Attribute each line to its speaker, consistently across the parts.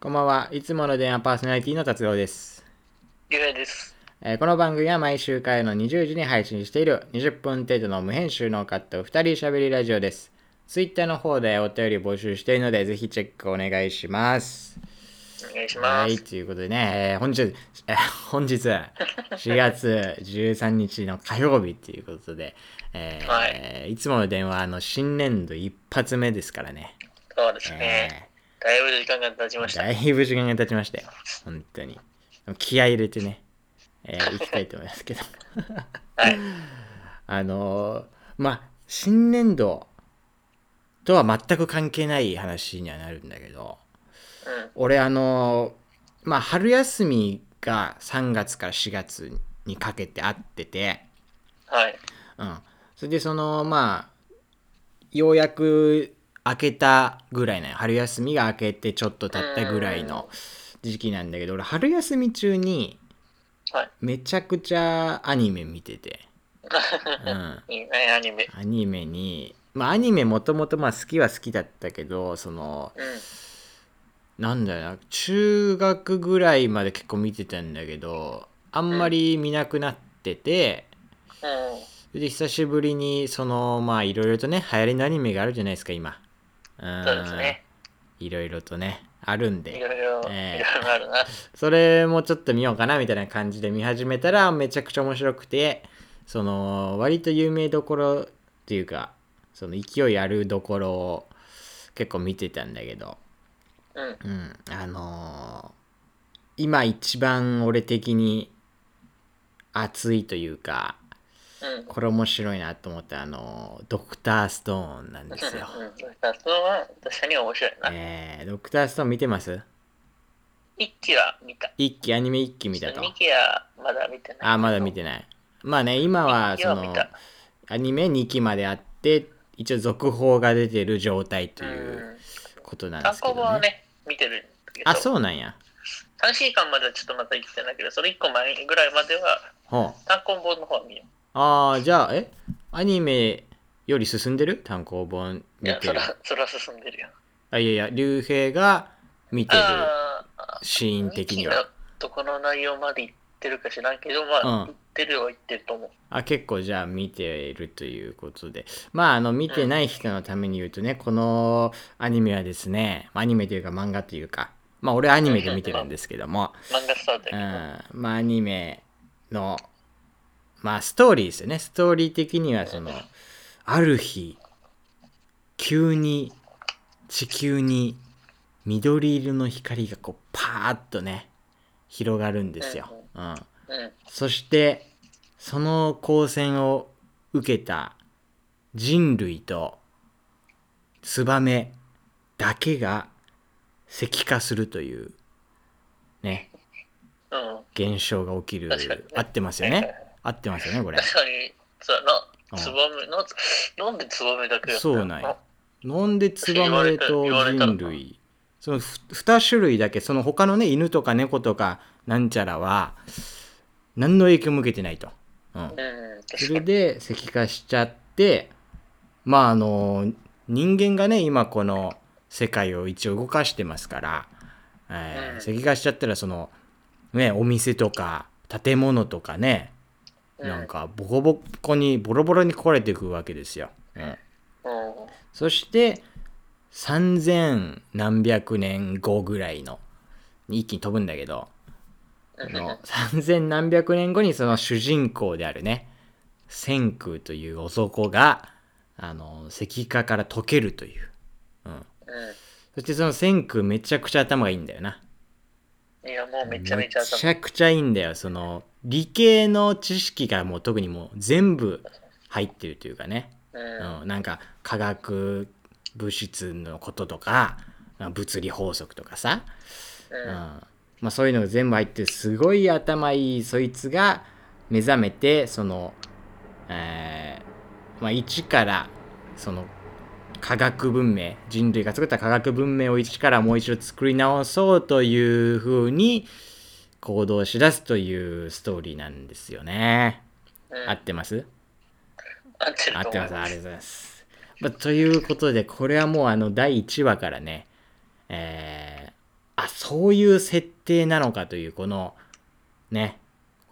Speaker 1: こんばんは。いつもの電話パーソナリティの達郎です、
Speaker 2: ゆうやです。
Speaker 1: えーこの番組は毎週火曜の20時に配信している20分程度の無編集のカット2人喋りラジオです。Twitter の方でお便り募集しているので、ぜひチェックお願いします。
Speaker 2: お願いしま
Speaker 1: はい、
Speaker 2: す。
Speaker 1: ということでね、えー本日、えー本日、4月13日の火曜日ということで、えー、
Speaker 2: はい
Speaker 1: つもの電話の新年度一発目ですからね。
Speaker 2: そうですね。
Speaker 1: え
Speaker 2: だいぶ時間が経ちま
Speaker 1: ー
Speaker 2: した。
Speaker 1: だ
Speaker 2: はい。
Speaker 1: いぶ時間が経ちましたよ。本当に。気合い入れてね、え ー、行きたいと思いますけど。 あのーまあ、新年度とは全く関係ない話にはなるんだけど、
Speaker 2: うん。
Speaker 1: 俺あのーまあ春休みが3月から4月にかけてあってて、
Speaker 2: はい。
Speaker 1: うん、それでそのまあようやく明けたぐらいなんよ春休みが明けてちょっと経ったぐらいの時期なんだけど俺春休み中に
Speaker 2: はい。
Speaker 1: めちゃくちゃアニメ見てて、うん、
Speaker 2: いいね、アニメ。
Speaker 1: アニメにまあアニメもともとまあ好きは好きだったけどその
Speaker 2: うん。
Speaker 1: なんだろうな中学ぐらいまで結構見てたんだけどあんまり見なくなってて、
Speaker 2: うん。
Speaker 1: で久しぶりにそのまあいろいろとね流行りのアニメがあるじゃないですか今うん
Speaker 2: そうですね。
Speaker 1: いろいろとねあるん
Speaker 2: い
Speaker 1: で
Speaker 2: ろいろ、いろ
Speaker 1: ええ
Speaker 2: いろあるな。
Speaker 1: それもちょっと見ようかなみたいな感じで見始めたらめちゃくちゃ面白くてその割と有名どころっていうかその勢いあるどころを結構見てたんだけど
Speaker 2: うん。
Speaker 1: うん、あのー今一番俺的に熱いというか
Speaker 2: うん。
Speaker 1: これ面白いなと思ったあのードクターストーンなん
Speaker 2: うん。
Speaker 1: ですよ。
Speaker 2: そのは確かに面白いな。
Speaker 1: えー、ドクターストーン見てます
Speaker 2: 一期は見た。
Speaker 1: 一期アニメ一期見たと
Speaker 2: 二期はまだ見てない。
Speaker 1: あーまだ見てないまあね今は
Speaker 2: 一期は
Speaker 1: そ
Speaker 2: 見
Speaker 1: の
Speaker 2: た
Speaker 1: アニメ2期まであって一応続報が出てる状態と
Speaker 2: う。
Speaker 1: いうんことなんで
Speaker 2: 単
Speaker 1: すけ
Speaker 2: 行
Speaker 1: ど
Speaker 2: 本は
Speaker 1: ね
Speaker 2: ね、見てるんだけど。
Speaker 1: あそうなんや
Speaker 2: 三週間まではちょっとまた生きてないけど、それ一個前ぐらいまでは
Speaker 1: ほう
Speaker 2: 単行本の方は見よ
Speaker 1: ああじゃあえアニメより進んでる単行本
Speaker 2: う。い
Speaker 1: 見
Speaker 2: や、
Speaker 1: て
Speaker 2: そ
Speaker 1: る
Speaker 2: ら、そら進んでるよ。
Speaker 1: あいやいや竜兵が見てる
Speaker 2: ああ。
Speaker 1: シーン的に
Speaker 2: ミキ
Speaker 1: は
Speaker 2: のどこの内容まで言ってるか知らんけど、まあ、
Speaker 1: うん
Speaker 2: 言ってるは言ってると思う。
Speaker 1: あ結構じゃあ見ているということでまああの見てない人のために言うとねこのアニメはですねまあアニメというか漫画というかまあ俺アニメで見てるんですけども、
Speaker 2: 漫画スタート
Speaker 1: うん、
Speaker 2: や
Speaker 1: まあアニメのまあストーリーですよねストーリー的にはそのある日急に地球に緑色の光がこうパーッとね広がるんですよ。うん、
Speaker 2: けど。うん。
Speaker 1: そしてその光線を受けた人類とツバメだけが石化するというね
Speaker 2: うん。
Speaker 1: 現象が起きる、
Speaker 2: 確かにね
Speaker 1: 合ってますよ
Speaker 2: はい はい
Speaker 1: ね
Speaker 2: はい
Speaker 1: 合ってますよねこれ
Speaker 2: 確かに、そうや
Speaker 1: うん
Speaker 2: な。ツバメ、ななんでツバメだけやったの
Speaker 1: そうなんやなんでツバメと
Speaker 2: 言われた
Speaker 1: 人類その2種類だけその他のね犬とか猫とかなんちゃらは何の影響も受けてないと、うん、
Speaker 2: うん。確
Speaker 1: そ
Speaker 2: か
Speaker 1: れ
Speaker 2: に。
Speaker 1: で石化しちゃってまああの人間がね今この世界を一応動かしてますから、えー
Speaker 2: うん
Speaker 1: 石化しちゃったらそのねお店とか建物とかね
Speaker 2: うん
Speaker 1: なんかボコボコにボロボロに壊れていくわけですよ。うん
Speaker 2: うん。
Speaker 1: そして3000何百年後ぐらいのに一気に飛ぶんだけどその3000何百年後にその主人公であるね千空という男があの石化から溶けるという、うん、
Speaker 2: う。
Speaker 1: そしてその千空めちゃくちゃ頭がいいんだよなん
Speaker 2: いや、もうめちゃめちゃ頭
Speaker 1: めちゃくちゃいいんだよその理系の知識がもう特にもう全部入ってるというかね
Speaker 2: うん。
Speaker 1: うん、なんか化学物質のこととか物理法則とかさ、うん
Speaker 2: うん。
Speaker 1: まあ、そういうのが全部入ってすごい頭いいそいつが目覚めてその、えーまあ、一からその科学文明人類が作った科学文明を一からもう一度作り直そうというふうに行動しだすというストーリーなんですよね。
Speaker 2: うん
Speaker 1: 合ってます
Speaker 2: 合ってる
Speaker 1: 合
Speaker 2: と
Speaker 1: って
Speaker 2: 思
Speaker 1: ま
Speaker 2: う
Speaker 1: す。ありがとうございます。まあということで、これはもうあの第1話からね、えーあ、そそういう設定なのかというこのね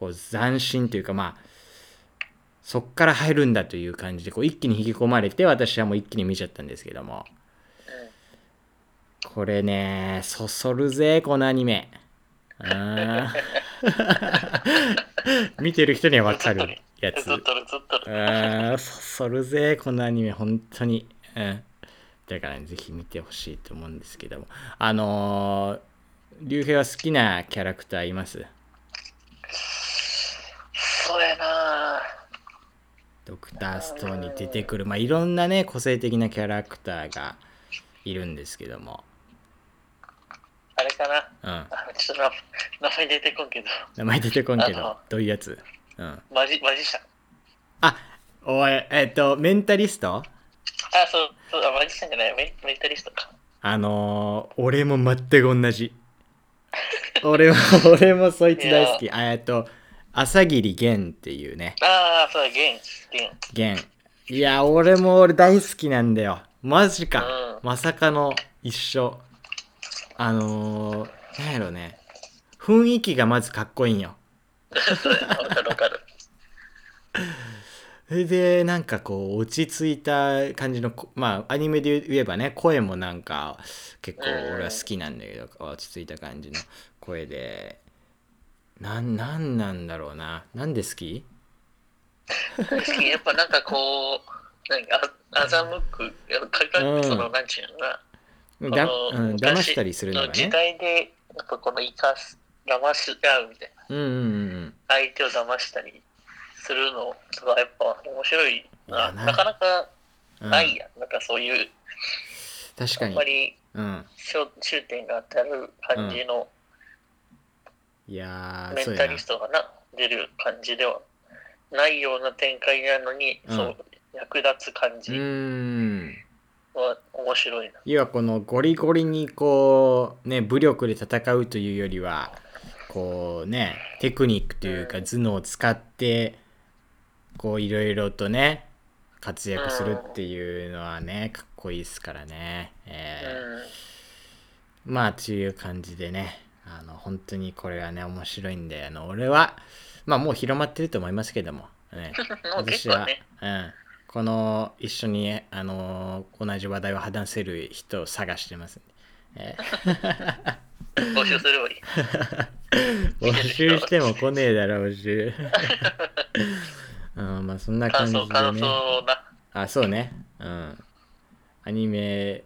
Speaker 1: こう斬新というかまあそっから入るんだという感じでこう一気に引き込まれて私はもう一気に見ちゃったんですけどもこれねそそるぜこのアニメうーん 見てる人には分かるや
Speaker 2: うん。
Speaker 1: つ
Speaker 2: ずっとるずっとる。
Speaker 1: あーそそるぜこのアニメ本当に、うん、だからぜひ見てほしいと思うんですけどもあのー、竜兵は好きなキャラクターいます
Speaker 2: そうやな
Speaker 1: ドクターストーンに出てくるまあいろんなね個性的なキャラクターがいるんですけども、
Speaker 2: あれか
Speaker 1: う
Speaker 2: な
Speaker 1: ん、
Speaker 2: あちょっと名前出てこんけど。
Speaker 1: 名前出てこんけ
Speaker 2: あ
Speaker 1: ど
Speaker 2: の
Speaker 1: どういうやつ、うん、
Speaker 2: マジ、マジシャン。
Speaker 1: あおいえっとメンタリスト
Speaker 2: あ、そう、そう、あマジシャンじゃない。メンメンタリストか。
Speaker 1: あのー、俺も全く同じ。俺も、俺もそいつ大好き。あえっと、朝霧玄っていうね、
Speaker 2: ああ、そうだ、ゲン、ゲ
Speaker 1: 玄。
Speaker 2: ン。
Speaker 1: いや、俺も俺大好きなんだよ。マジか。
Speaker 2: う
Speaker 1: まさかの一緒。あのー、なんやろね。雰囲気がまずかっこいいんよ。
Speaker 2: わかるわかる。
Speaker 1: それでなんかこう落ち着いた感じのこまあアニメで言えばね声もなんか結構俺は好きなんだけど落ち着いた感じの声でなんなんなんだろうななんで好き
Speaker 2: 好きやっぱなんかこう、なんかあ欺く、やっぱか
Speaker 1: うん
Speaker 2: かその、なんちゅうのかな。
Speaker 1: だ、
Speaker 2: こ
Speaker 1: う
Speaker 2: の
Speaker 1: ん、騙したりするのが
Speaker 2: 昔時
Speaker 1: ね
Speaker 2: 代で、やっぱこの生かす、騙し合うみたいな。
Speaker 1: うんうんうん
Speaker 2: 相手を騙したりするのがやっぱ面白い
Speaker 1: いや
Speaker 2: な。
Speaker 1: な
Speaker 2: なかなか
Speaker 1: うん
Speaker 2: ないやん。なんかそういう、
Speaker 1: 確
Speaker 2: あ
Speaker 1: か
Speaker 2: ん
Speaker 1: に
Speaker 2: まり
Speaker 1: うん
Speaker 2: 焦終点が当たる感じの
Speaker 1: いやー
Speaker 2: メ
Speaker 1: そう
Speaker 2: ン
Speaker 1: や
Speaker 2: タ
Speaker 1: な
Speaker 2: リストがな、出る感じではないような展開なのに、
Speaker 1: うん
Speaker 2: そう、役立つ感
Speaker 1: う
Speaker 2: じ
Speaker 1: ーん
Speaker 2: は面白いな。
Speaker 1: 要はこのゴリゴリにこうね武力で戦うというよりはこうねテクニックというか
Speaker 2: うん
Speaker 1: 頭脳を使ってこういろいろとね活躍するっていうのはねかっこいいですからね、え
Speaker 2: うん
Speaker 1: ーまあという感じでねあの本当にこれはね面白いんであの俺はまあもう広まってると思いますけども、 ね、
Speaker 2: もう
Speaker 1: 私
Speaker 2: 結構
Speaker 1: は
Speaker 2: ね、、
Speaker 1: うん、この一緒に、あの同じ話題を話せる人を探してますんで、え
Speaker 2: 募集すれ ばいい。
Speaker 1: ー 募集しても来ねえだろ募集うんまあそんな感
Speaker 2: 感
Speaker 1: じで
Speaker 2: 想、感
Speaker 1: ね
Speaker 2: 想をな。
Speaker 1: あそうねうんアニメ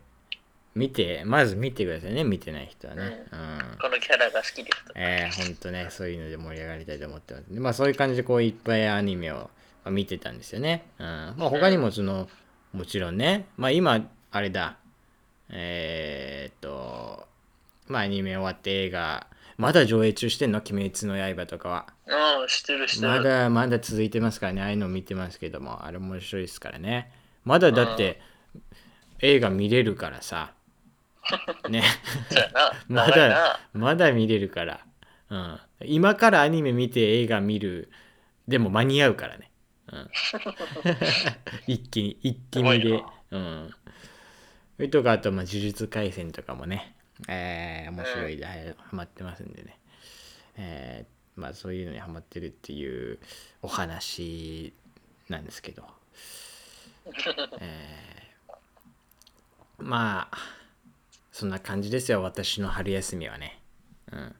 Speaker 1: 見てまず見てくださいね見てない人はね、うん、
Speaker 2: このキャラが好きですとか。
Speaker 1: えー、ほんとね、そういうので盛り上がりたいと思ってます。でまあそういう感じでこういっぱいアニメをまあ見てたんですよね。うん。まあ他にもその、もちろんね、まあ今、あれだ、えー、っと、まあアニメ終わって映画、まだ上映中してんの鬼滅の刃とかは。
Speaker 2: うん、知ってる、知って
Speaker 1: ま
Speaker 2: る。
Speaker 1: だまだ続いてますからね、ああいうの見てますけども、あれ面白いですからね。まだだって、映画見れるからさ。ね。
Speaker 2: そうやな。
Speaker 1: ま
Speaker 2: 長いな
Speaker 1: だ。、まだ見れるから。うん。今からアニメ見て映画見る。でも間に合うからね。 うん。一気に、一気見
Speaker 2: すご
Speaker 1: で
Speaker 2: いな。
Speaker 1: うん。それとか、あと、まあ、呪術廻戦とかもね。えー、面白いで、はやハマってますんでね。えー、まあ、そういうのにハマってるっていうお話なんです けど。えー、まあ、そんな感じですよ、私の春休みはね。うん。
Speaker 2: うん。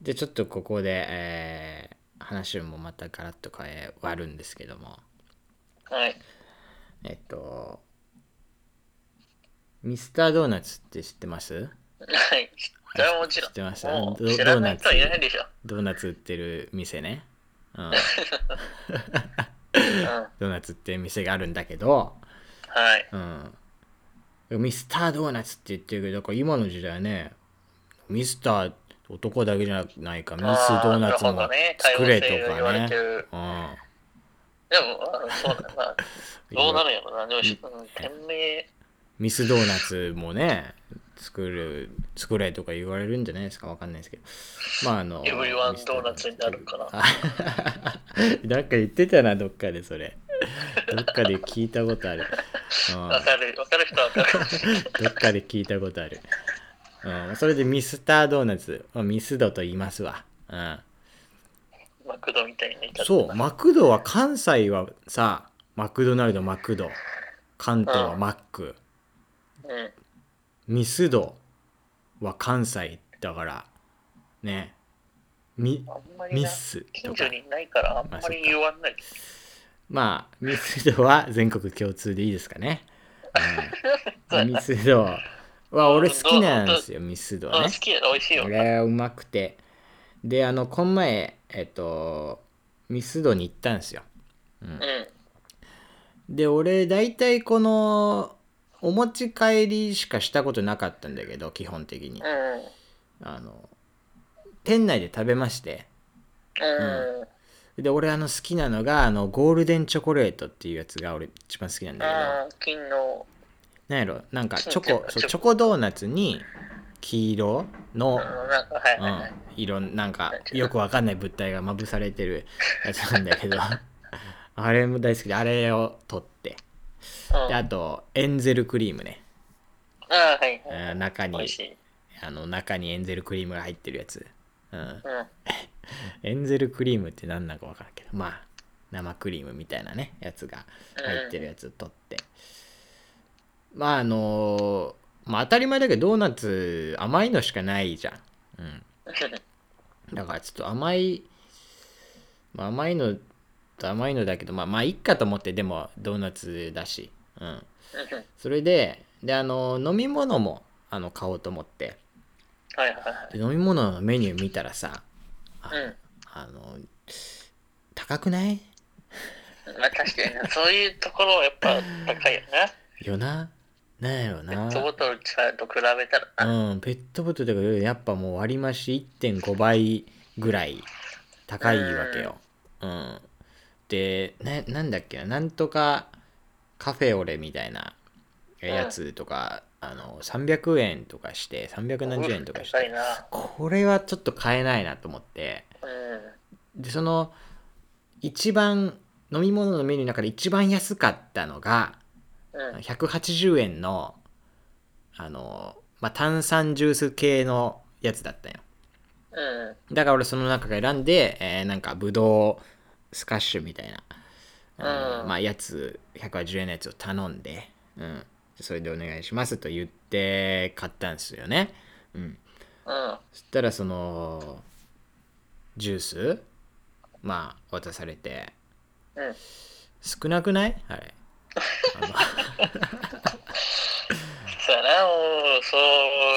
Speaker 1: で、ちょっとここで、えー話もまたガラッと変え終わるんですけども、
Speaker 2: はい。
Speaker 1: えっと、ミスタードーナツって知ってます
Speaker 2: はい。それはもちろ
Speaker 1: 知ってます
Speaker 2: ん。も
Speaker 1: ド
Speaker 2: う知らない人は
Speaker 1: ド
Speaker 2: い
Speaker 1: ーナ
Speaker 2: ない
Speaker 1: ツ
Speaker 2: でしょ。
Speaker 1: ドーナツ売ってる店ね。うん。
Speaker 2: うん。は
Speaker 1: ドーナツって店があるんだけど、
Speaker 2: い。
Speaker 1: うん、ミスタードーナツって言ってるけどだから今の時代ねミスター男だけじゃない かミスドーナツ
Speaker 2: あーなるほど
Speaker 1: も
Speaker 2: ね
Speaker 1: 作れ
Speaker 2: 多様性
Speaker 1: と
Speaker 2: が言
Speaker 1: か
Speaker 2: われ
Speaker 1: ね
Speaker 2: てるでも、あそうだな。
Speaker 1: うん、
Speaker 2: どうなるんやろな。でもし、うん、店名、
Speaker 1: ミスドーナツもね作る作れとか言われるんじゃないですかわかんないですけどまああの
Speaker 2: エブリワン
Speaker 1: ミスター
Speaker 2: ドーナツになるかな
Speaker 1: あ なんか言ってたなどっかでそれどっかで聞いたことある、うん
Speaker 2: わかる、わかる人はわかる。
Speaker 1: どっかで聞いたことある。うん、それでミスタードーナツ、まあミスドと言いますわ。うん。
Speaker 2: マクドみたいになっちゃった
Speaker 1: そう、マクドは関西はさ、マクドナルド、マクド。関東はマック。
Speaker 2: うん
Speaker 1: ミスドは関西だから、ね。ミ、
Speaker 2: あんまり
Speaker 1: ミ
Speaker 2: な
Speaker 1: スと
Speaker 2: 近
Speaker 1: か
Speaker 2: 所。にいないからあんまり言わない
Speaker 1: まあ、ミスドは全国共通でいいですかね。うん、ミスドは俺好きなんですよ、ミスドは
Speaker 2: あ
Speaker 1: ね
Speaker 2: 好。きやろ美味しいよ
Speaker 1: これはうまくて。で、あの、この前、えっと、ミスドに行ったんですよ。
Speaker 2: うん
Speaker 1: で、俺、大体この、お持ち帰りしかしたことなかったんだけど、基本的に
Speaker 2: う。ん
Speaker 1: あの、店内で食べまして。
Speaker 2: うん
Speaker 1: で、俺、あの、好きなのが、あの、ゴールデンチョコレートっていうやつが俺、一番好きなんだけど。
Speaker 2: ああ金の
Speaker 1: なんやろなんかチ
Speaker 2: そう
Speaker 1: ョコ
Speaker 2: チョコ
Speaker 1: そうチョコドーナツに黄色の、
Speaker 2: うんなんかはいは
Speaker 1: う
Speaker 2: い
Speaker 1: ん
Speaker 2: はい、
Speaker 1: 色なんかよくわかんない物体がまぶされてるやつなんだけど あれも大好きであれを取って
Speaker 2: うん
Speaker 1: であとエンゼルクリームね、
Speaker 2: あーはいはい
Speaker 1: うん、中
Speaker 2: 美
Speaker 1: に
Speaker 2: 味しい
Speaker 1: あの中にエンゼルクリームが入ってるやつ、うん、
Speaker 2: うん
Speaker 1: エンゼルクリームって何なのかわからんけどまあ生クリームみたいなねやつが入ってるやつを取って、まああのまあ当たり前だけどドーナツ甘いのしかないじゃん、うん、だからちょっと甘い、まあ、甘いのと甘いのだけどまあまあいっかと思ってでもドーナツだし、うん、
Speaker 2: うん
Speaker 1: それでであの飲み物もあの買おうと思って
Speaker 2: はいはいはい
Speaker 1: で飲み物のメニュー見たらさあ
Speaker 2: うん
Speaker 1: あの高くない
Speaker 2: まあ確かになそういうところはやっぱ高いよ
Speaker 1: よななんやろ
Speaker 2: な。ペ
Speaker 1: な
Speaker 2: ットボトルちゃんと比べたらな。
Speaker 1: うん、ペットボトルとかよりやっぱもう割り増し1.5倍ぐらい高いわけよ。うん。で、ななんだっけな、なんとかカフェオレみたいなやつとか、あの、300円とかして、300何十円とかし
Speaker 2: 高い
Speaker 1: て、
Speaker 2: な。
Speaker 1: これはちょっと買えないなと思って、
Speaker 2: うん。
Speaker 1: で、その、一番、飲み物のメニューの中で一番安かったのが、
Speaker 2: うん。
Speaker 1: 180円のあの、まあ、炭酸ジュース系のやつだったよ
Speaker 2: うん。
Speaker 1: だから俺その中から選んで、えーなんかブドウスカッシュみたいな、
Speaker 2: う
Speaker 1: うんんまあ、やつ180円のやつを頼んで、うん、それでお願いしますと言って買ったんですよね、うん、
Speaker 2: うん。
Speaker 1: そしたらそのジュースまあ渡されて
Speaker 2: うん。
Speaker 1: 少なくないあれ
Speaker 2: そうやな、もう、そ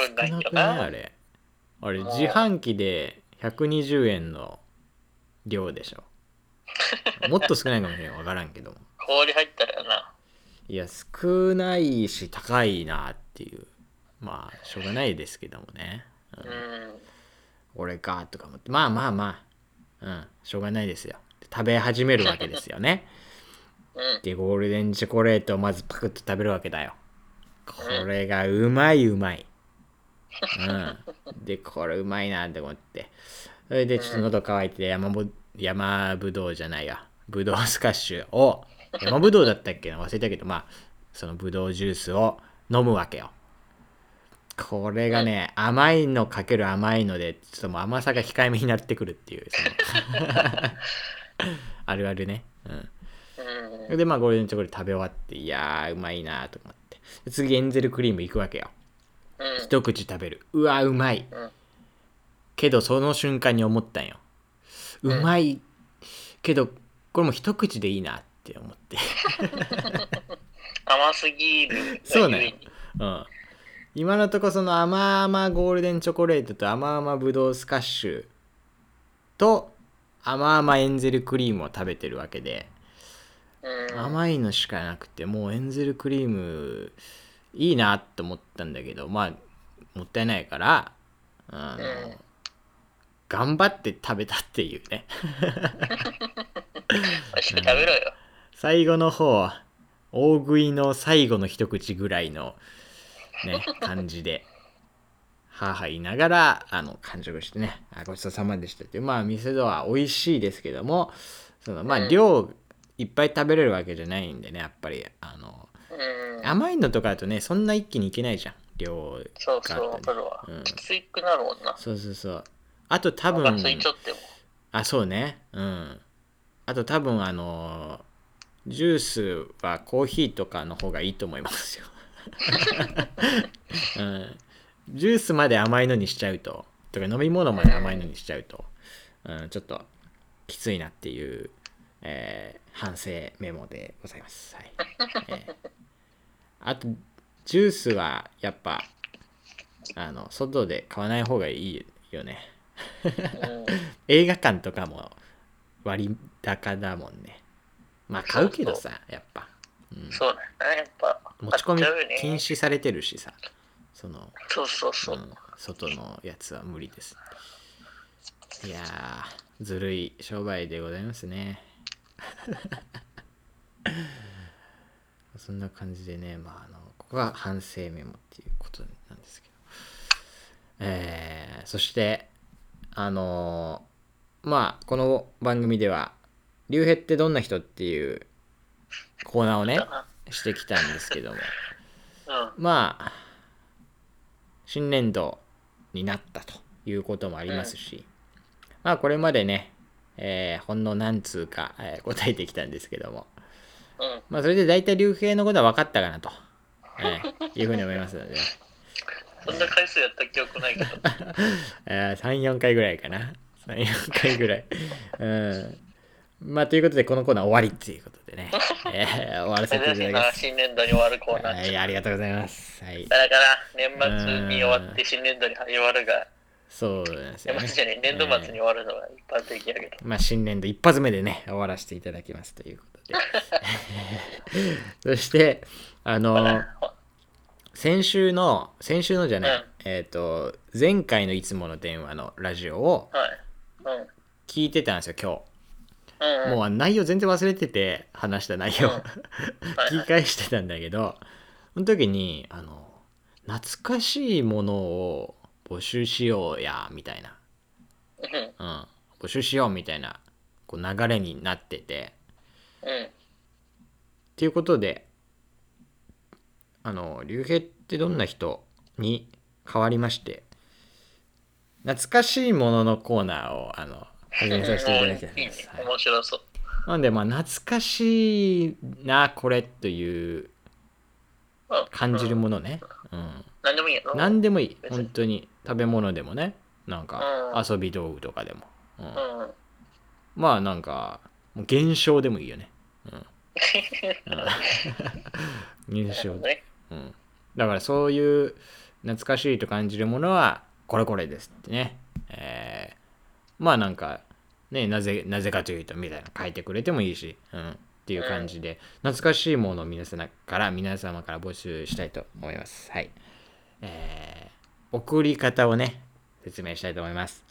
Speaker 2: うなん
Speaker 1: 少な
Speaker 2: よ
Speaker 1: くない
Speaker 2: な。
Speaker 1: あれあれ
Speaker 2: もう
Speaker 1: 自販機で120円の量でし ょもっと少ないかもしれない分からんけども
Speaker 2: 氷入ったらやな。
Speaker 1: いや少ないし高いなっていうまあしょうがないですけどもね、うん
Speaker 2: うん。
Speaker 1: 俺かとか思ってまあまあまあうんしょうがないですよで食べ始めるわけですよね
Speaker 2: うん。
Speaker 1: でゴールデンチョコレートをまずパクッと食べるわけだよこれがうまいうまい、うん、でこれうまいなって思ってそれでちょっと喉乾いて山ぶ山ぶどうじゃないやぶどうスカッシュを山ぶどうだったっけな忘れたけどまあそのぶどうジュースを飲むわけよこれがね甘いのかける甘いのでちょっともう甘さが控えめになってくるっていうそ のあるあるねうん
Speaker 2: うん。
Speaker 1: でまあゴールデンチョコレート食べ終わっていやーうまいなーと思ってで次エンゼルクリーム行くわけよ
Speaker 2: うん。
Speaker 1: 一口食べるうわうまい
Speaker 2: うん
Speaker 1: けどその瞬間に思ったんようまいけどこれもう一口でいいなって思って
Speaker 2: 甘すぎる。
Speaker 1: そうなんよ、うん、今のとこその甘々ゴールデンチョコレートと甘々ぶどうスカッシュと甘々エンゼルクリームを食べてるわけで
Speaker 2: うん。
Speaker 1: 甘いのしかなくてもうエンゼルクリームいいなと思ったんだけどまあもったいないからあの、
Speaker 2: うん
Speaker 1: 頑張って食べたっていうね
Speaker 2: 美味しく食べろよ。
Speaker 1: 最後の方大食いの最後の一口ぐらいのね 感じで母言いながらあの完食してねあごちそうさまでしたっていうまあ店では美味しいですけどもそのま
Speaker 2: う
Speaker 1: あ
Speaker 2: ん
Speaker 1: 量いっぱい食べれるわけじゃないんでねやっぱりあの
Speaker 2: ううん。
Speaker 1: 甘いのとかだとねそんな一気にいけないじゃん量
Speaker 2: そうそう、わかるわ
Speaker 1: うん。
Speaker 2: きついくなるもんな。
Speaker 1: そうそうそうあと多
Speaker 2: お
Speaker 1: 分
Speaker 2: 腹ついちゃっても。
Speaker 1: あそうねうんあと多分あのージュースはコーヒーとかの方がいいと思いますよ、うん、ジュースまで甘いのにしちゃうととか飲み物まで甘いのにしちゃうと、うん、ちょっときついなっていう、えー反省メモでございます、はいえーあとジュースはやっぱあの外で買わない方がいいよね
Speaker 2: うん。
Speaker 1: 映画館とかも割高だもんねまあ買うけどさやっぱ、うん
Speaker 2: そうだね。やっぱ、
Speaker 1: 持ち込み
Speaker 2: 買っゃうよね
Speaker 1: 禁止されてるしさその、
Speaker 2: そうそう
Speaker 1: う
Speaker 2: そう。
Speaker 1: ん外のやつは無理ですいやーずるい商売でございますねそんな感じでねまああのここが反省メモっていうことなんですけどえーそしてあのーまあこの番組では「竜兵ってどんな人?」っていうコーナーをねしてきたんですけども
Speaker 2: うん。
Speaker 1: まあ新年度になったということもありますし、まあこれまでね、えーほんの何通か、えー答えてきたんですけども
Speaker 2: うん。
Speaker 1: まあそれで大体竜兵のことは分かったかなと、えーいうふうに思いますので、
Speaker 2: そんな回数やった記憶 ないけど。
Speaker 1: えー34回ぐらいかな34回ぐらいうんまあということでこのコーナー終わりっていうことでね、えー終わらせていた
Speaker 2: 珍
Speaker 1: だ
Speaker 2: し
Speaker 1: き
Speaker 2: い
Speaker 1: ま
Speaker 2: な、
Speaker 1: す
Speaker 2: 新年度に終わるコーナ
Speaker 1: は
Speaker 2: ー。
Speaker 1: いありがとうございますはい
Speaker 2: だから、年末に終わって新年度に始まるが、
Speaker 1: そうなんですよ
Speaker 2: 年
Speaker 1: ね
Speaker 2: 末じゃねえ、年度末に終わるのが一般的やけど。
Speaker 1: まあ、新年度一発目でね終わらせていただきますということで そしてあの先週の先週のじゃない、
Speaker 2: うん
Speaker 1: えっ、と前回のいつもの電話のラジオを
Speaker 2: はい。うん。
Speaker 1: 聞いてたんですよ今
Speaker 2: うん
Speaker 1: 日、
Speaker 2: うん。
Speaker 1: もう内容全然忘れてて話した内容、
Speaker 2: うんはい
Speaker 1: 聞き返してたんだけどその時にあの懐かしいものを募集しようやみたいな、
Speaker 2: うん。
Speaker 1: うん、募集しようみたいなこう流れになってて
Speaker 2: うん。
Speaker 1: っていうことであの竜兵ってどんな人に変わりまして懐かしいもののコーナーをあの始めさせていただきたい
Speaker 2: いい
Speaker 1: で
Speaker 2: ね
Speaker 1: す。。はい
Speaker 2: 面白そう。
Speaker 1: なんでまあ懐かしいなこれという
Speaker 2: うん
Speaker 1: 感じる
Speaker 2: うん
Speaker 1: ものね、うん、
Speaker 2: 何でもいいやろ。
Speaker 1: 何でもいい
Speaker 2: 別に
Speaker 1: 本当に食べ物でもねなんか
Speaker 2: うん
Speaker 1: 遊び道具とかでも、うん
Speaker 2: うん。
Speaker 1: まあなんかもう現象でもいいよね、うん うん、現象
Speaker 2: ね。
Speaker 1: うん、だからそういう懐かしいと感じるものはこれこれですってね、えーまあなんかねなぜなぜかというとみたいなの書いてくれてもいいし、うん、っていう感じで、懐かしいものを皆様から皆様から募集したいと思いますはいえー送り方をね説明したいと思います、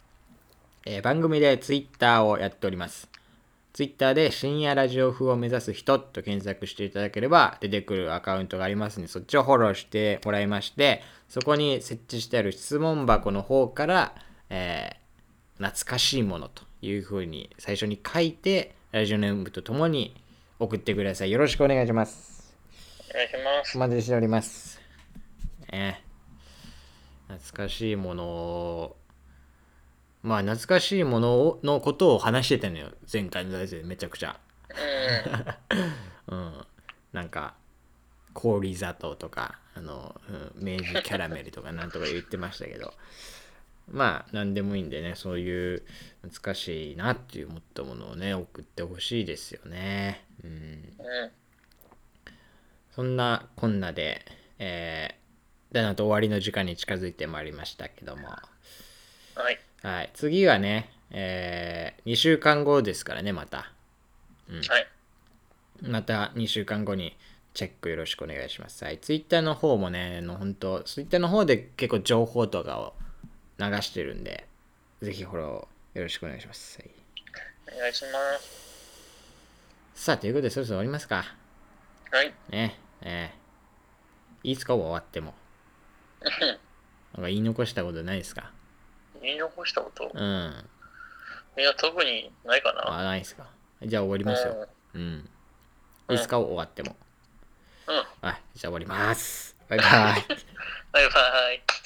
Speaker 1: えー番組でツイッターをやっておりますツイッターで深夜ラジオ風を目指す人と検索していただければ出てくるアカウントがありますのでそっちをフォローしてもらいましてそこに設置してある質問箱の方から、えー懐かしいものというふうに最初に書いてラジオネームとともに送ってくださいよろしくお願いします
Speaker 2: お願いします
Speaker 1: お。待ちしておりますええ懐かしいものをまあ懐かしいものをのことを話してたのよ前回の大生めちゃくちゃ
Speaker 2: うん。
Speaker 1: うん、なんか氷砂糖とかあの、うん、明治キャラメルとかなんとか言ってましたけどまあ何でもいいんでねそういう懐かしいなって思ったものをね送ってほしいですよね。うん
Speaker 2: うん。
Speaker 1: そんなこんなで、えー、だなと終わりの時間に近づいてまいりましたけども、
Speaker 2: はい。
Speaker 1: はい、次はね、え2週間後ですからね、また。
Speaker 2: はい。
Speaker 1: また2週間後にチェックよろしくお願いします。はい、ツイッターの方もね、あの本当ツイッターの方で結構情報とかを流してるんで、ぜひフォローよろしくお願いします。はい、
Speaker 2: お願いします。
Speaker 1: さあ、ということでそろそろ終わりますか。
Speaker 2: はい。
Speaker 1: ね、ええいいつかは終わっても。なんか言い残したことないですか
Speaker 2: 言い残したこと
Speaker 1: うん。あ、
Speaker 2: いや、特にないかな。
Speaker 1: ないですかじゃあ終わりますよ。うん。いつかは終わっても。
Speaker 2: ううん。
Speaker 1: はい、じゃあ終わります。バイバイ。
Speaker 2: バイバイ。